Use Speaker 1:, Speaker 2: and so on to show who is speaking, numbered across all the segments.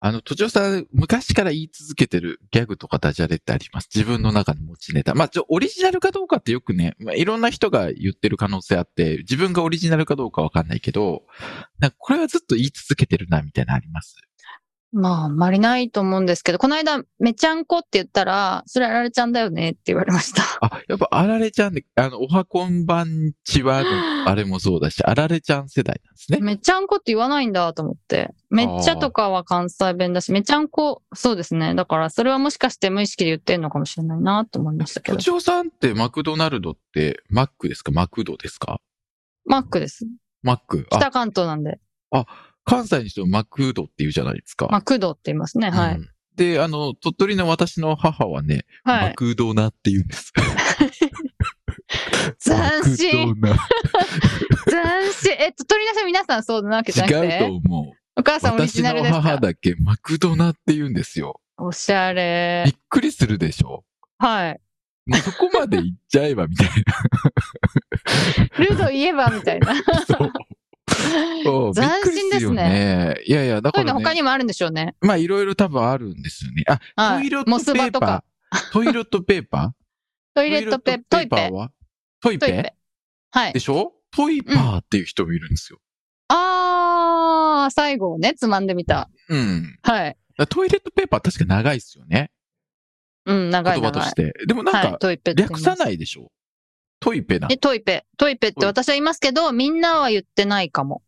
Speaker 1: あの、都庁さん、昔から言い続けてるギャグとかダジャレってあります。自分の中の持ちネタ。まあ、ちょ、オリジナルかどうかってよくね、まあ、いろんな人が言ってる可能性あって、自分がオリジナルかどうかわかんないけど、なんかこれはずっと言い続けてるな、みたいなのあります。
Speaker 2: まあ、あんまりないと思うんですけど、この間、めちゃんこって言ったら、それあられちゃんだよねって言われました。
Speaker 1: あ、やっぱ、あられちゃんで、あの、おはこんばんちはの、あれもそうだし、あられちゃん世代なんですね。
Speaker 2: めちゃんこって言わないんだと思って。めっちゃとかは関西弁だし、めちゃんこ、そうですね。だから、それはもしかして無意識で言ってんのかもしれないなと思いましたけ
Speaker 1: 都
Speaker 2: ど。
Speaker 1: 庁さんってマクドナルドって、マックですかマクドですか
Speaker 2: マックです。
Speaker 1: マック。あ、
Speaker 2: 北関東なんで、
Speaker 1: 関西にしてもマクドって言うじゃないですか。
Speaker 2: マクドって言いますね。は
Speaker 1: う
Speaker 2: い。
Speaker 1: んで、あの、鳥取の私の母はね、
Speaker 2: は
Speaker 1: マ
Speaker 2: い。
Speaker 1: クドナって言うんです。
Speaker 2: 斬新
Speaker 1: マクドナ
Speaker 2: 斬新。えっと、鳥のさん皆さんそうなわけじゃなく
Speaker 1: 違うと
Speaker 2: て、
Speaker 1: 思う。
Speaker 2: お母さんオリ
Speaker 1: 私
Speaker 2: ジナル
Speaker 1: の
Speaker 2: です
Speaker 1: 母
Speaker 2: か
Speaker 1: だけマクドナって言うんですよ。
Speaker 2: おしゃ
Speaker 1: び
Speaker 2: れ
Speaker 1: っ。くりするでしょ
Speaker 2: はい。
Speaker 1: もうそこまで言っちゃえばみたい
Speaker 2: ルド言えばみたいな。
Speaker 1: な。 そう。そう
Speaker 2: 斬
Speaker 1: びっくり
Speaker 2: 新です
Speaker 1: るよね。いやいや、だ
Speaker 2: そう
Speaker 1: か
Speaker 2: いうの
Speaker 1: ら、
Speaker 2: 他
Speaker 1: ね、
Speaker 2: にもあるんでしょうね。
Speaker 1: まあいろいろ多分あるんですよね。あ、
Speaker 2: は
Speaker 1: トイ
Speaker 2: い
Speaker 1: レッ。
Speaker 2: モ
Speaker 1: ト
Speaker 2: ス
Speaker 1: ペ
Speaker 2: バ
Speaker 1: ー
Speaker 2: とか
Speaker 1: パ。ー。トイレットペーパ
Speaker 2: ト
Speaker 1: ー
Speaker 2: イレットペーパー、トイ
Speaker 1: トイレットペー
Speaker 2: ペ
Speaker 1: パー、はトイ
Speaker 2: トイ
Speaker 1: ペ
Speaker 2: ペ。はい
Speaker 1: で。しょトイパーっていう人もいるんですよ。
Speaker 2: あー、最後をね、つまんでみた。
Speaker 1: うん。
Speaker 2: はい。
Speaker 1: だからトイレットペーパー確か長いですよね。
Speaker 2: うん、長い
Speaker 1: 言葉
Speaker 2: 長
Speaker 1: と
Speaker 2: い
Speaker 1: し。て。でもなん
Speaker 2: は
Speaker 1: か
Speaker 2: い、、トイペって言いま
Speaker 1: 略
Speaker 2: す
Speaker 1: さないでしょトイペな
Speaker 2: え、。トイペ。トイペって私は言いますけど、みんなは言ってないかも。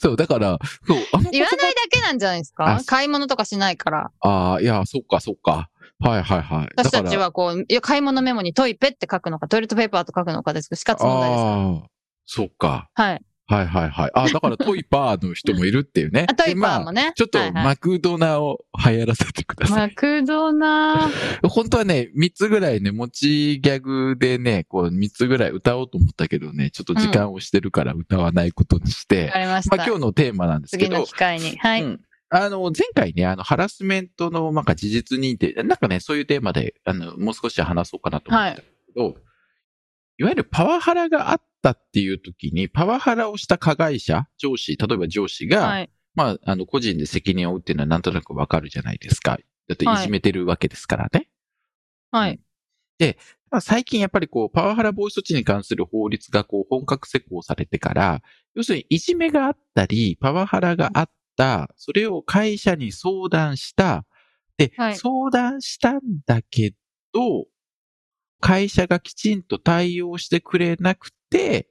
Speaker 1: そう、だから、そう、あの言
Speaker 2: 言わ
Speaker 1: 葉、
Speaker 2: ないだけなんじゃないです
Speaker 1: あ
Speaker 2: か買い物とかしないから。
Speaker 1: ああ、いや、そっか、そっか。はいはいはい。
Speaker 2: 私た
Speaker 1: だ
Speaker 2: ち
Speaker 1: から、
Speaker 2: はこう、いや買い物メモにトイペって書くのか、トイレットペーパーと書くのかですけど、死活問題ですか
Speaker 1: ああ、そっか。
Speaker 2: ら。はい。
Speaker 1: はいはいはい。あだからトイパーの人もいるっていうね
Speaker 2: あ、。ト
Speaker 1: で
Speaker 2: イパ
Speaker 1: ま
Speaker 2: ーも
Speaker 1: あ
Speaker 2: ね。
Speaker 1: ちょっ
Speaker 2: は
Speaker 1: と
Speaker 2: いはい
Speaker 1: マクドナを流行らせてください。
Speaker 2: マクド ナー。
Speaker 1: 本当はね、3つぐらいね、持ちギャグでね、こう3つぐらい歌おうと思ったけどね、ちょっと時間をしてるから歌わないことにして、
Speaker 2: わかりまし
Speaker 1: まあ
Speaker 2: た
Speaker 1: 今。日のテーマなんですけ
Speaker 2: 次
Speaker 1: ど
Speaker 2: の、機会に。は
Speaker 1: う
Speaker 2: い。
Speaker 1: ん。あの、前回ね、あの、ハラスメントの、なんか事実認定、なんかね、そういうテーマで、あの、もう少し話そうかなと思っ
Speaker 2: は
Speaker 1: たんだ
Speaker 2: い
Speaker 1: け。ど、い、わゆるパワハラがあったっていう時に、パワハラをした加害者、上司、例えば上司が、
Speaker 2: はい。
Speaker 1: まあ、あの、個人で責任を負うっていうのはなんとなくわかるじゃないですか。だってい
Speaker 2: はい
Speaker 1: じめてるわけですからね。
Speaker 2: はい。
Speaker 1: まあ最近やっぱりこう、パワハラ防止措置に関する法律がこう、本格施行されてから、要するにいじめがあったり、パワハラがあった、それを会社に相談した、で、
Speaker 2: はい
Speaker 1: 相談したんだけど、会社がきちんと対応してくれなくて、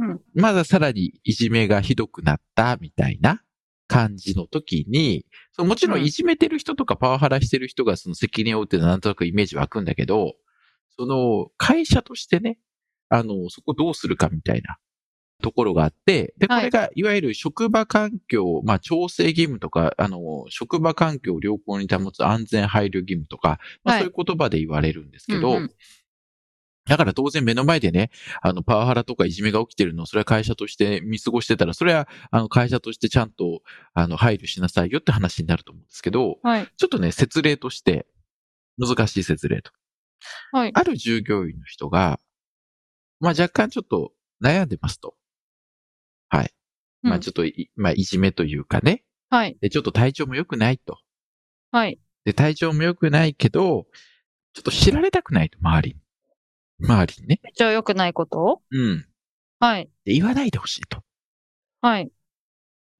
Speaker 2: うん
Speaker 1: まださらにいじめがひどくなったみたいな感じの時に、そのもちろ
Speaker 2: うんん
Speaker 1: いじめてる人とかパワハラしてる人がその責任を負うっていうのはなんとなくイメージ湧くんだけど、その会社としてね、あの、そこどうするかみたいなところがあって、で、こ
Speaker 2: はい
Speaker 1: れがいわゆる職場環境、まあ調整義務とか、あの、職場環境を良好に保つ安全配慮義務とか、まあ
Speaker 2: は
Speaker 1: そ
Speaker 2: いう
Speaker 1: いう言葉で言われるんですけど、
Speaker 2: うんうん
Speaker 1: だから当然目の前でね、あの、パワハラとかいじめが起きてるのを、それは会社として見過ごしてたら、それは、あの、会社としてちゃんと、あの、配慮しなさいよって話になると思うんですけど、
Speaker 2: はい。
Speaker 1: ちょっとね、説例として、難しい説例と。
Speaker 2: はい。
Speaker 1: ある従業員の人が、まあ若干ちょっと悩んでますと。はい。ま
Speaker 2: う
Speaker 1: あ
Speaker 2: ん
Speaker 1: ちょっとい、まあいじめというかね。
Speaker 2: はい。
Speaker 1: で、ちょっと体調も良くないと。
Speaker 2: はい。
Speaker 1: で、体調も良くないけど、ちょっと知られたくないと、周りに。周りにね。
Speaker 2: 一応良くないことを
Speaker 1: うん。
Speaker 2: はい。
Speaker 1: で、言わないでほしいと。
Speaker 2: はい。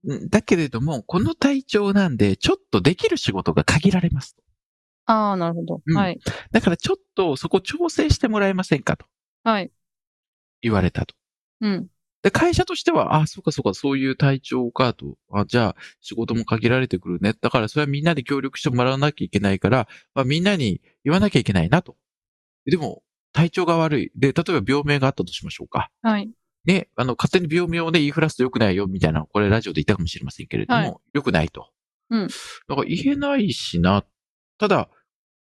Speaker 1: うんだけれども、この体調なんで、ちょっとできる仕事が限られますと。
Speaker 2: ああ、なるほど。
Speaker 1: うん
Speaker 2: はい。
Speaker 1: だからちょっとそこ調整してもらえませんかと
Speaker 2: はい。
Speaker 1: 言われたと。
Speaker 2: うん。
Speaker 1: で、会社としては、あ、そうかそうか、そういう体調かと。あ、じゃあ、仕事も限られてくるね。だから、それはみんなで協力してもらわなきゃいけないから、まあ、みんなに言わなきゃいけないなと。でも、体調が悪い。で、例えば病名があったとしましょうか。
Speaker 2: はい。
Speaker 1: ね、あの、勝手に病名をね、言いふらすと良くないよ、みたいな、これラジオで言ったかもしれませんけれども、
Speaker 2: はい
Speaker 1: 良くないと。
Speaker 2: うん
Speaker 1: だから言えないしな。ただ、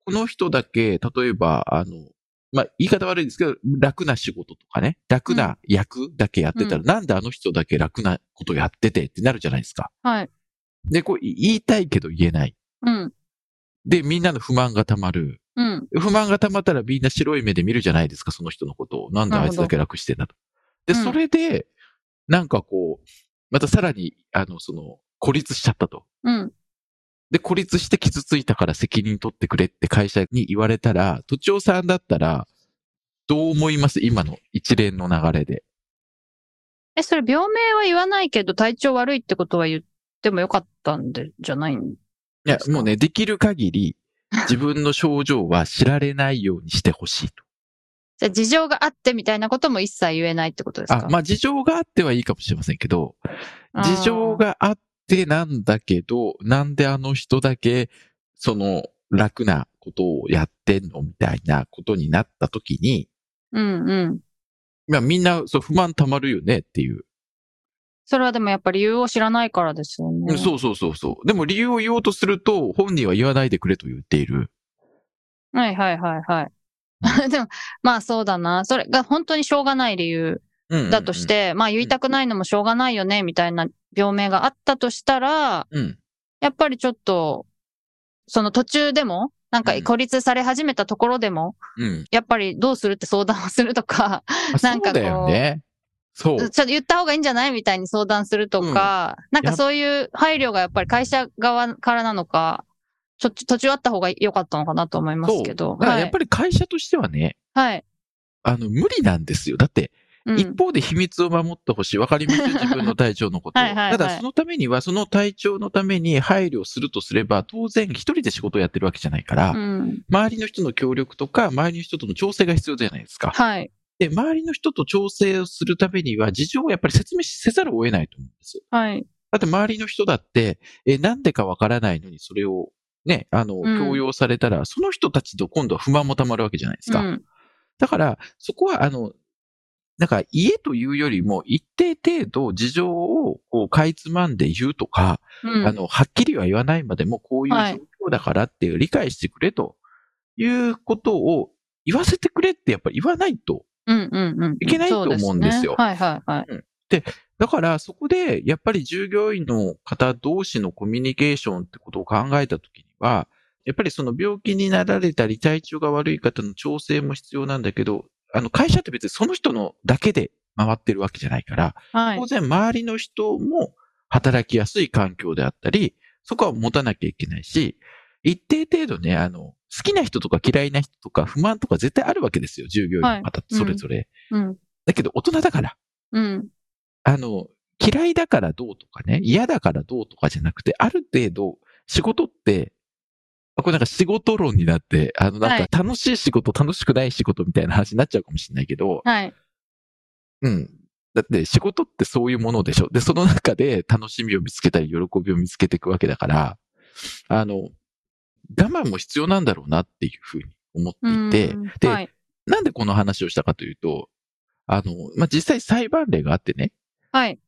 Speaker 1: この人だけ、例えば、あの、まあ、言い方悪いですけど、楽な仕事とかね、楽な役だけやってたら、
Speaker 2: う
Speaker 1: なんであの人だけ楽なことやっててってなるじゃないですか。
Speaker 2: はい。
Speaker 1: で、こう、言いたいけど言えない。
Speaker 2: うん。
Speaker 1: で、みんなの不満が溜まる。
Speaker 2: うん。
Speaker 1: 不満が溜まったらみんな白い目で見るじゃないですか、その人のことを。なんであいつだけ楽してんだと。で、
Speaker 2: うん
Speaker 1: それで、なんかこう、またさらに、あの、その、孤立しちゃったと。
Speaker 2: うん。
Speaker 1: で、孤立して傷ついたから責任取ってくれって会社に言われたら、都庁さんだったら、どう思います今の一連の流れで。
Speaker 2: え、それ病名は言わないけど、体調悪いってことは言ってもよかったんで、じゃないん
Speaker 1: いや
Speaker 2: で、すか
Speaker 1: もうね、できる限り、自分の症状は知られないようにしてほしいと。
Speaker 2: じゃあ事情があってみたいなことも一切言えないってことですか
Speaker 1: あ、まあ事情があってはいいかもしれませんけど、
Speaker 2: あー
Speaker 1: 事情があってなんだけど、なんであの人だけ、その、楽なことをやってんのみたいなことになった時に、
Speaker 2: うんうん。
Speaker 1: まあみんな、そう、不満溜まるよねっていう。
Speaker 2: それはでもやっぱり理由を知らないからですよね。
Speaker 1: そうそうそうそう。でも理由を言おうとすると、本人は言わないでくれと言っている。
Speaker 2: はいはいはいはい。 でも、まあそうだな。それが本当にしょうがない理由だとし。て、まあ言いたくないのもしょうがないよね、みたいな病名があったとしたら、
Speaker 1: うん。
Speaker 2: やっぱりちょっと、その途中でも、なんか
Speaker 1: うん
Speaker 2: 孤立され始めたところでも、
Speaker 1: うん。
Speaker 2: やっぱりどうするって相談をするとか、
Speaker 1: あ
Speaker 2: な
Speaker 1: そ
Speaker 2: ん
Speaker 1: う
Speaker 2: かこう
Speaker 1: だよね。そ
Speaker 2: ちょ
Speaker 1: う
Speaker 2: っ。と言った方がいいんじゃないみたいに相談するとか、なんかそういう配慮がやっぱり会社側からなのか、ちょっと途中あった方が良かったのかなと思いますけど。
Speaker 1: だから
Speaker 2: は
Speaker 1: やっ
Speaker 2: い。
Speaker 1: ぱり会社としてはね、
Speaker 2: はい。
Speaker 1: あの、無理なんですよ。だって、
Speaker 2: うん
Speaker 1: 一方で秘密を守ってほしい。わかりますよ、自分の体調のことを。
Speaker 2: はいはいはい
Speaker 1: ただ、そのためには、その体調のために配慮するとすれば、当然一人で仕事をやってるわけじゃないから、
Speaker 2: うん。
Speaker 1: 周りの人の協力とか、周りの人との調整が必要じゃないですか。
Speaker 2: はい。
Speaker 1: で、周りの人と調整をするためには、事情をやっぱり説明せざるを得ないと思うんですよ。
Speaker 2: はい。
Speaker 1: だって周りの人だって、え、なんでかわからないのに、それを、ね、あの、
Speaker 2: ん
Speaker 1: 強要されたら、その人たちと今度は不満も溜まるわけじゃないですか。
Speaker 2: うん
Speaker 1: だから、そこは、あの、なんか家というよりも、一定程度事情をこうかいつまんで言うとか、
Speaker 2: うん
Speaker 1: あの、はっきりは言わないまでも、こういう
Speaker 2: はい
Speaker 1: 状況だからっていう理解してくれということを言わせてくれってやっぱり言わないと。
Speaker 2: うんうんうん。
Speaker 1: いけないと思うんですよ
Speaker 2: そうねはいはいはい。
Speaker 1: だから、そこで、やっぱり従業員の方同士のコミュニケーションってことを考えたときには、やっぱりその病気になられたり、体調が悪い方の調整も必要なんだけど、あの、会社って別にその人のだけで回ってるわけじゃないから、
Speaker 2: はい
Speaker 1: 当。然周りの人も働きやすい環境であったり、そこは持たなきゃいけないし、一定程度ね、あの、好きな人とか嫌いな人とか不満とか絶対あるわけですよ、従業員の方ってそれぞれ。
Speaker 2: うん。
Speaker 1: だけど大人だから。
Speaker 2: うん。
Speaker 1: あの、嫌いだからどうとかね、嫌だからどうとかじゃなくて、ある程度、仕事って、あこれなんか仕事論になって、あの、な
Speaker 2: は
Speaker 1: ん
Speaker 2: い
Speaker 1: か楽しい仕事、楽しくない仕事みたいな話になっちゃうかもしれないけど、
Speaker 2: はい。
Speaker 1: うん。だって仕事ってそういうものでしょ。で、その中で楽しみを見つけたり、喜びを見つけていくわけだから、あの、我慢も必要なんだろうなっていうふうに思っていて、
Speaker 2: うん
Speaker 1: で
Speaker 2: はい。
Speaker 1: なんでこの話をしたかというと、あの、まあ、実際裁判例があってね、
Speaker 2: はい。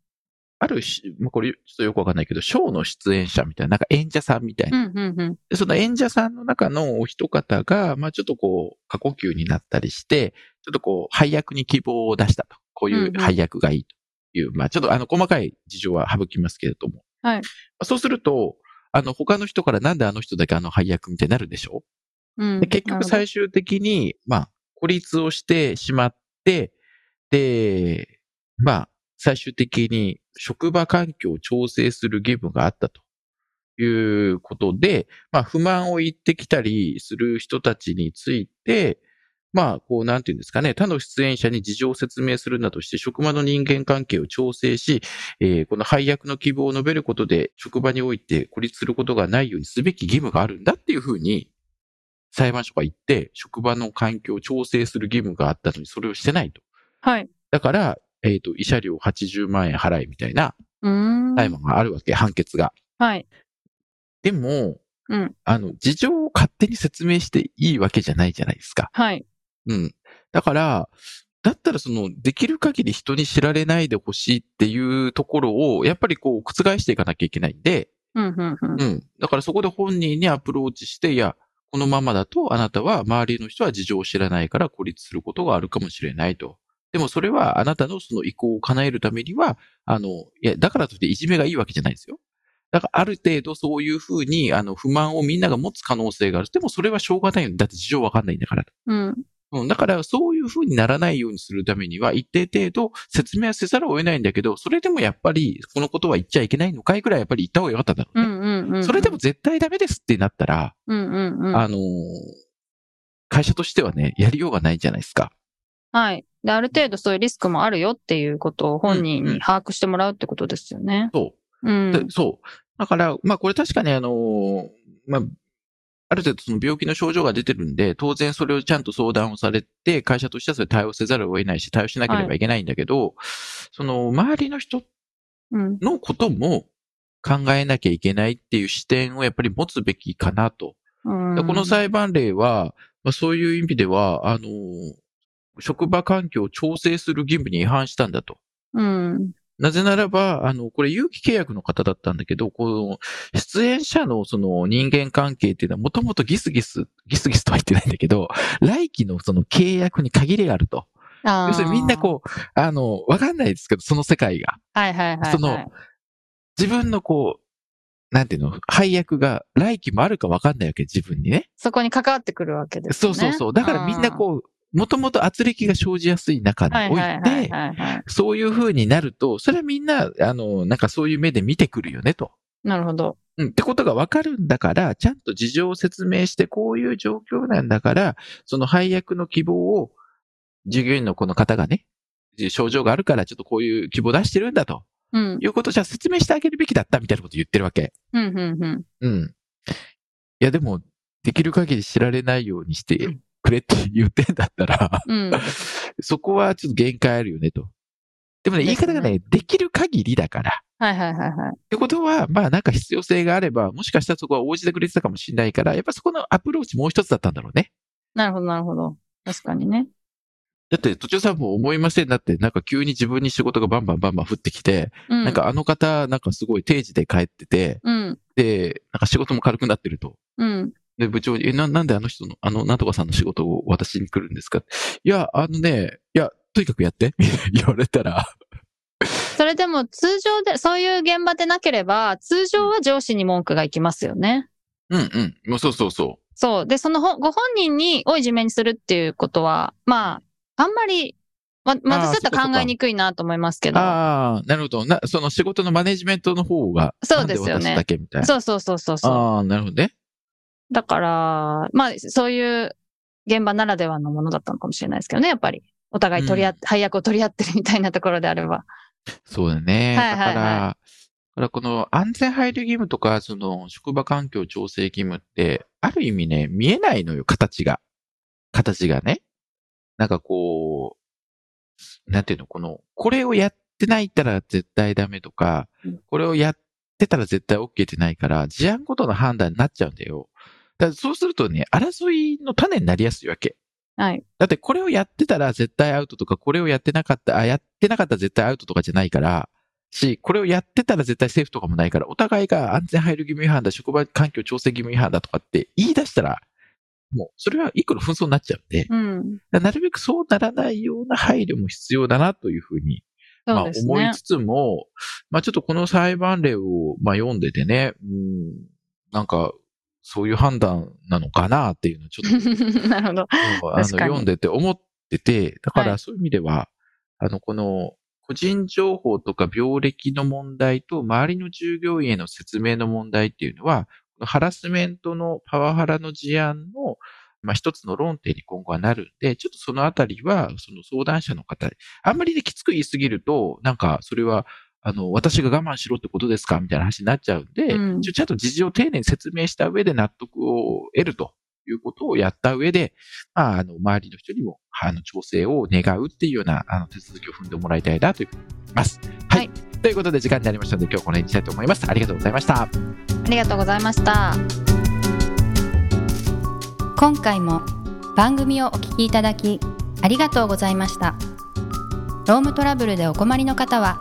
Speaker 1: あるし、まあ、これちょっとよくわかんないけど、ショーの出演者みたいな、なんか演者さんみたいうな。
Speaker 2: んうんうん。
Speaker 1: でその演者さんの中のお一方が、まあちょっとこう、過呼吸になったりして、ちょっとこう、配役に希望を出したと。こうい
Speaker 2: うん
Speaker 1: う
Speaker 2: うん
Speaker 1: 配役がいいという、まあちょっとあの、細かい事情は省きますけれども。
Speaker 2: はい
Speaker 1: まあそうすると、あの、他の人からなんであの人だけあの配役みたいになるでしょ
Speaker 2: うん
Speaker 1: で結局最終的に、まあ、孤立をしてしまって、で、まあ、最終的に職場環境を調整する義務があったということで、まあ、不満を言ってきたりする人たちについて、まあ、こう、なんていうんですかね、他の出演者に事情を説明するなどして、職場の人間関係を調整し、えーこの配役の希望を述べることで、職場において孤立することがないようにすべき義務があるんだっていうふうに、裁判所が言って、職場の環境を調整する義務があったのに、それをしてないと。
Speaker 2: はい。
Speaker 1: だから、えっ、と、慰謝料80万円払いみたいな
Speaker 2: うーん。
Speaker 1: 裁判があるわけ、判決が。
Speaker 2: はい。
Speaker 1: でも、
Speaker 2: うん
Speaker 1: あの、事情を勝手に説明していいわけじゃないじゃないですか。
Speaker 2: はい。
Speaker 1: うん。だから、だったらその、できる限り人に知られないでほしいっていうところを、やっぱりこう、覆していかなきゃいけないんで、
Speaker 2: うん、うん、うん。
Speaker 1: うん。だからそこで本人にアプローチして、いや、このままだとあなたは周りの人は事情を知らないから孤立することがあるかもしれないと。でもそれはあなたのその意向を叶えるためには、あの、いや、だからといっていじめがいいわけじゃないですよ。だからある程度そういうふうに、あの、不満をみんなが持つ可能性がある。でもそれはしょうがないよね。だって事情わかんないんだから。
Speaker 2: うん、
Speaker 1: うん、だからそういうふうにならないようにするためには、一定程度説明はせざるを得ないんだけど、それでもやっぱり、このことは言っちゃいけないのかいくらいやっぱり言った方がよかったんだろう
Speaker 2: う
Speaker 1: ね。
Speaker 2: ん、うんうん。
Speaker 1: それでも、絶対ダメですってなったら、
Speaker 2: うん、うん、うん。
Speaker 1: あのー会社としてはね、やりようがないじゃないですか。
Speaker 2: はい。で、ある程度そういうリスクもあるよっていうことを本人に把握してもらうってことですよね。
Speaker 1: そうう。
Speaker 2: ん。
Speaker 1: でそう。だから、まあこれ確かにあのーまあ、ある程度その病気の症状が出てるんで、当然それをちゃんと相談をされて、会社としてはそれ対応せざるを得ないし、対応しなければいけないんだけど、その周りの人
Speaker 2: うん。
Speaker 1: のことも考えなきゃいけないっていう視点をやっぱり持つべきかなと。
Speaker 2: う
Speaker 1: で
Speaker 2: ん
Speaker 1: この裁判例は、まあ、そういう意味では、あの、職場環境を調整する義務に違反したんだと。
Speaker 2: うん。
Speaker 1: なぜならば、あの、これ有期契約の方だったんだけど、この、出演者のその人間関係っていうのはもともとギスギス、ギスギスとは言ってないんだけど、来期のその契約に限りがあると。
Speaker 2: あー
Speaker 1: 要するにみんなこう、あの、わかんないですけど、その世界が。
Speaker 2: はいはいはいはい。
Speaker 1: その、自分のこう、なんていうの、配役が来期もあるかわかんないわけ、自分にね。
Speaker 2: そこに関わってくるわけです
Speaker 1: そ
Speaker 2: ね。
Speaker 1: うそうそう。だからみんなこう、もともと圧力が生じやすい中
Speaker 2: うん、は
Speaker 1: に
Speaker 2: い
Speaker 1: おい
Speaker 2: はいはい
Speaker 1: て、
Speaker 2: はいはい。
Speaker 1: そういう風になると、それはみんな、あの、なんかそういう目で見てくるよねと。
Speaker 2: なるほど。
Speaker 1: うん、ってことがわかるんだから、ちゃんと事情を説明して、こういう状況なんだから、その配役の希望を、従業員のこの方がね、症状があるから、ちょっとこういう希望出してるんだと。
Speaker 2: うん。
Speaker 1: いうことをじゃあ説明してあげるべきだったみたいなこと言ってるわけ。
Speaker 2: うん、うん、うん。
Speaker 1: うん。いや、でも、できる限り知られないようにし
Speaker 2: う
Speaker 1: て
Speaker 2: ん
Speaker 1: くれって言ってんだったら、
Speaker 2: うん。
Speaker 1: そこはちょっと限界あるよねと。でもね、
Speaker 2: で
Speaker 1: 言い
Speaker 2: すね
Speaker 1: 方がね、できる限りだから。
Speaker 2: はいはいはいはい。
Speaker 1: ってことは、まあなんか必要性があれば、もしかしたらそこは応じてくれてたかもしれないから、やっぱそこのアプローチもう一つだったんだろうね。
Speaker 2: なるほどなるほど。確かにね。
Speaker 1: だって、途中さんも思いませんだって、なんか急に自分に仕事がバンバンバンバン降ってきて、
Speaker 2: うん。
Speaker 1: なん、かあの方、なんかすごい定時で帰ってて、
Speaker 2: うん。
Speaker 1: で、なんか仕事も軽くなってると。
Speaker 2: うん。
Speaker 1: で、部長に、え、な、なんであの人の、あの、なんとかさんの仕事を私に来るんですかいや、あのね、いや、とにかくやって、み たいな言われたら、
Speaker 2: それでも通常で、そういう現場でなければ、通常は上司に文句がいきますよね。
Speaker 1: うんうん、もうそうそうそ
Speaker 2: そう。で、そのほご本人にをいじめにするっていうことは、まあ、あんまり、ま、ま
Speaker 1: あー
Speaker 2: ずちょ
Speaker 1: そっ
Speaker 2: っと
Speaker 1: かそっ
Speaker 2: 考
Speaker 1: か
Speaker 2: えにくいなと思いますけ
Speaker 1: う。
Speaker 2: ど。
Speaker 1: ああ、なるほど。な、その仕事のマネジメントの方が、
Speaker 2: そうですよね
Speaker 1: なん私だけみたいな。
Speaker 2: そうそうそうそうそう。
Speaker 1: ああ、なるほどね。
Speaker 2: だから、まあ、そういう現場ならではのものだったのかもしれないですけどね、やっぱり。お互い取り合っ
Speaker 1: うん
Speaker 2: 配役を取り合ってるみたいなところであれば。
Speaker 1: そうだね。
Speaker 2: はいは
Speaker 1: だ
Speaker 2: い
Speaker 1: か
Speaker 2: はい
Speaker 1: ら、だからこの安全配慮義務とか、その職場環境調整義務って、ある意味ね、見えないのよ、形が。形がね。なんかこう、なんていうの、この、これをやってないったら絶対ダメとか
Speaker 2: うん、
Speaker 1: これをやってたら絶対 OK ってないから、事案ごとの判断になっちゃうんだよ。だからそうするとね、争いの種になりやすいわけ。
Speaker 2: はい。
Speaker 1: だってこれをやってたら絶対アウトとか、これをやってなかった、あ、やってなかったら絶対アウトとかじゃないから、し、これをやってたら絶対セーフとかもないから、お互いが安全配慮義務違反だ、職場環境調整義務違反だとかって言い出したら、もう、それは一個の紛争になっちゃうんで、
Speaker 2: うん。
Speaker 1: なるべくそうならないような配慮も必要だなというふうに、ま
Speaker 2: そ
Speaker 1: あ
Speaker 2: うです
Speaker 1: 思
Speaker 2: ね
Speaker 1: い。つつも、まあちょっとこの裁判例を、まあ、読んでてね、うん、なんか、そういう判断なのかなっていうのをちょっと
Speaker 2: なるほど。
Speaker 1: そうあの
Speaker 2: 確かに
Speaker 1: 読んでて思ってて、だか
Speaker 2: は
Speaker 1: らそういう意味では、あの、この、個人情報とか病歴の問題と、周りの従業員への説明の問題っていうのは、ハラスメントのパワハラの事案の、まあ、一つの論点に今後はなるんで、ちょっとそのあたりは、その相談者の方に、あんまりね、きつく言いすぎると、なんか、それは、あの、私が我慢しろってことですかみたいな話になっちゃうんで、
Speaker 2: うん
Speaker 1: ちょちゃんと事情を丁寧に説明した上で納得を得るということをやった上で、まあ、あの、周りの人にも、あの、調整を願うっていうような、あの、手続きを踏んでもらいたいなというふうに思います。はい。
Speaker 2: はい
Speaker 1: ということで、時間になりましたので、今日はこの辺にしたいと思います。ありがとうございました。
Speaker 2: ありがとうございました。
Speaker 3: 今回も番組をお聞きいただきありがとうございましたロームトラブルでお困りの方は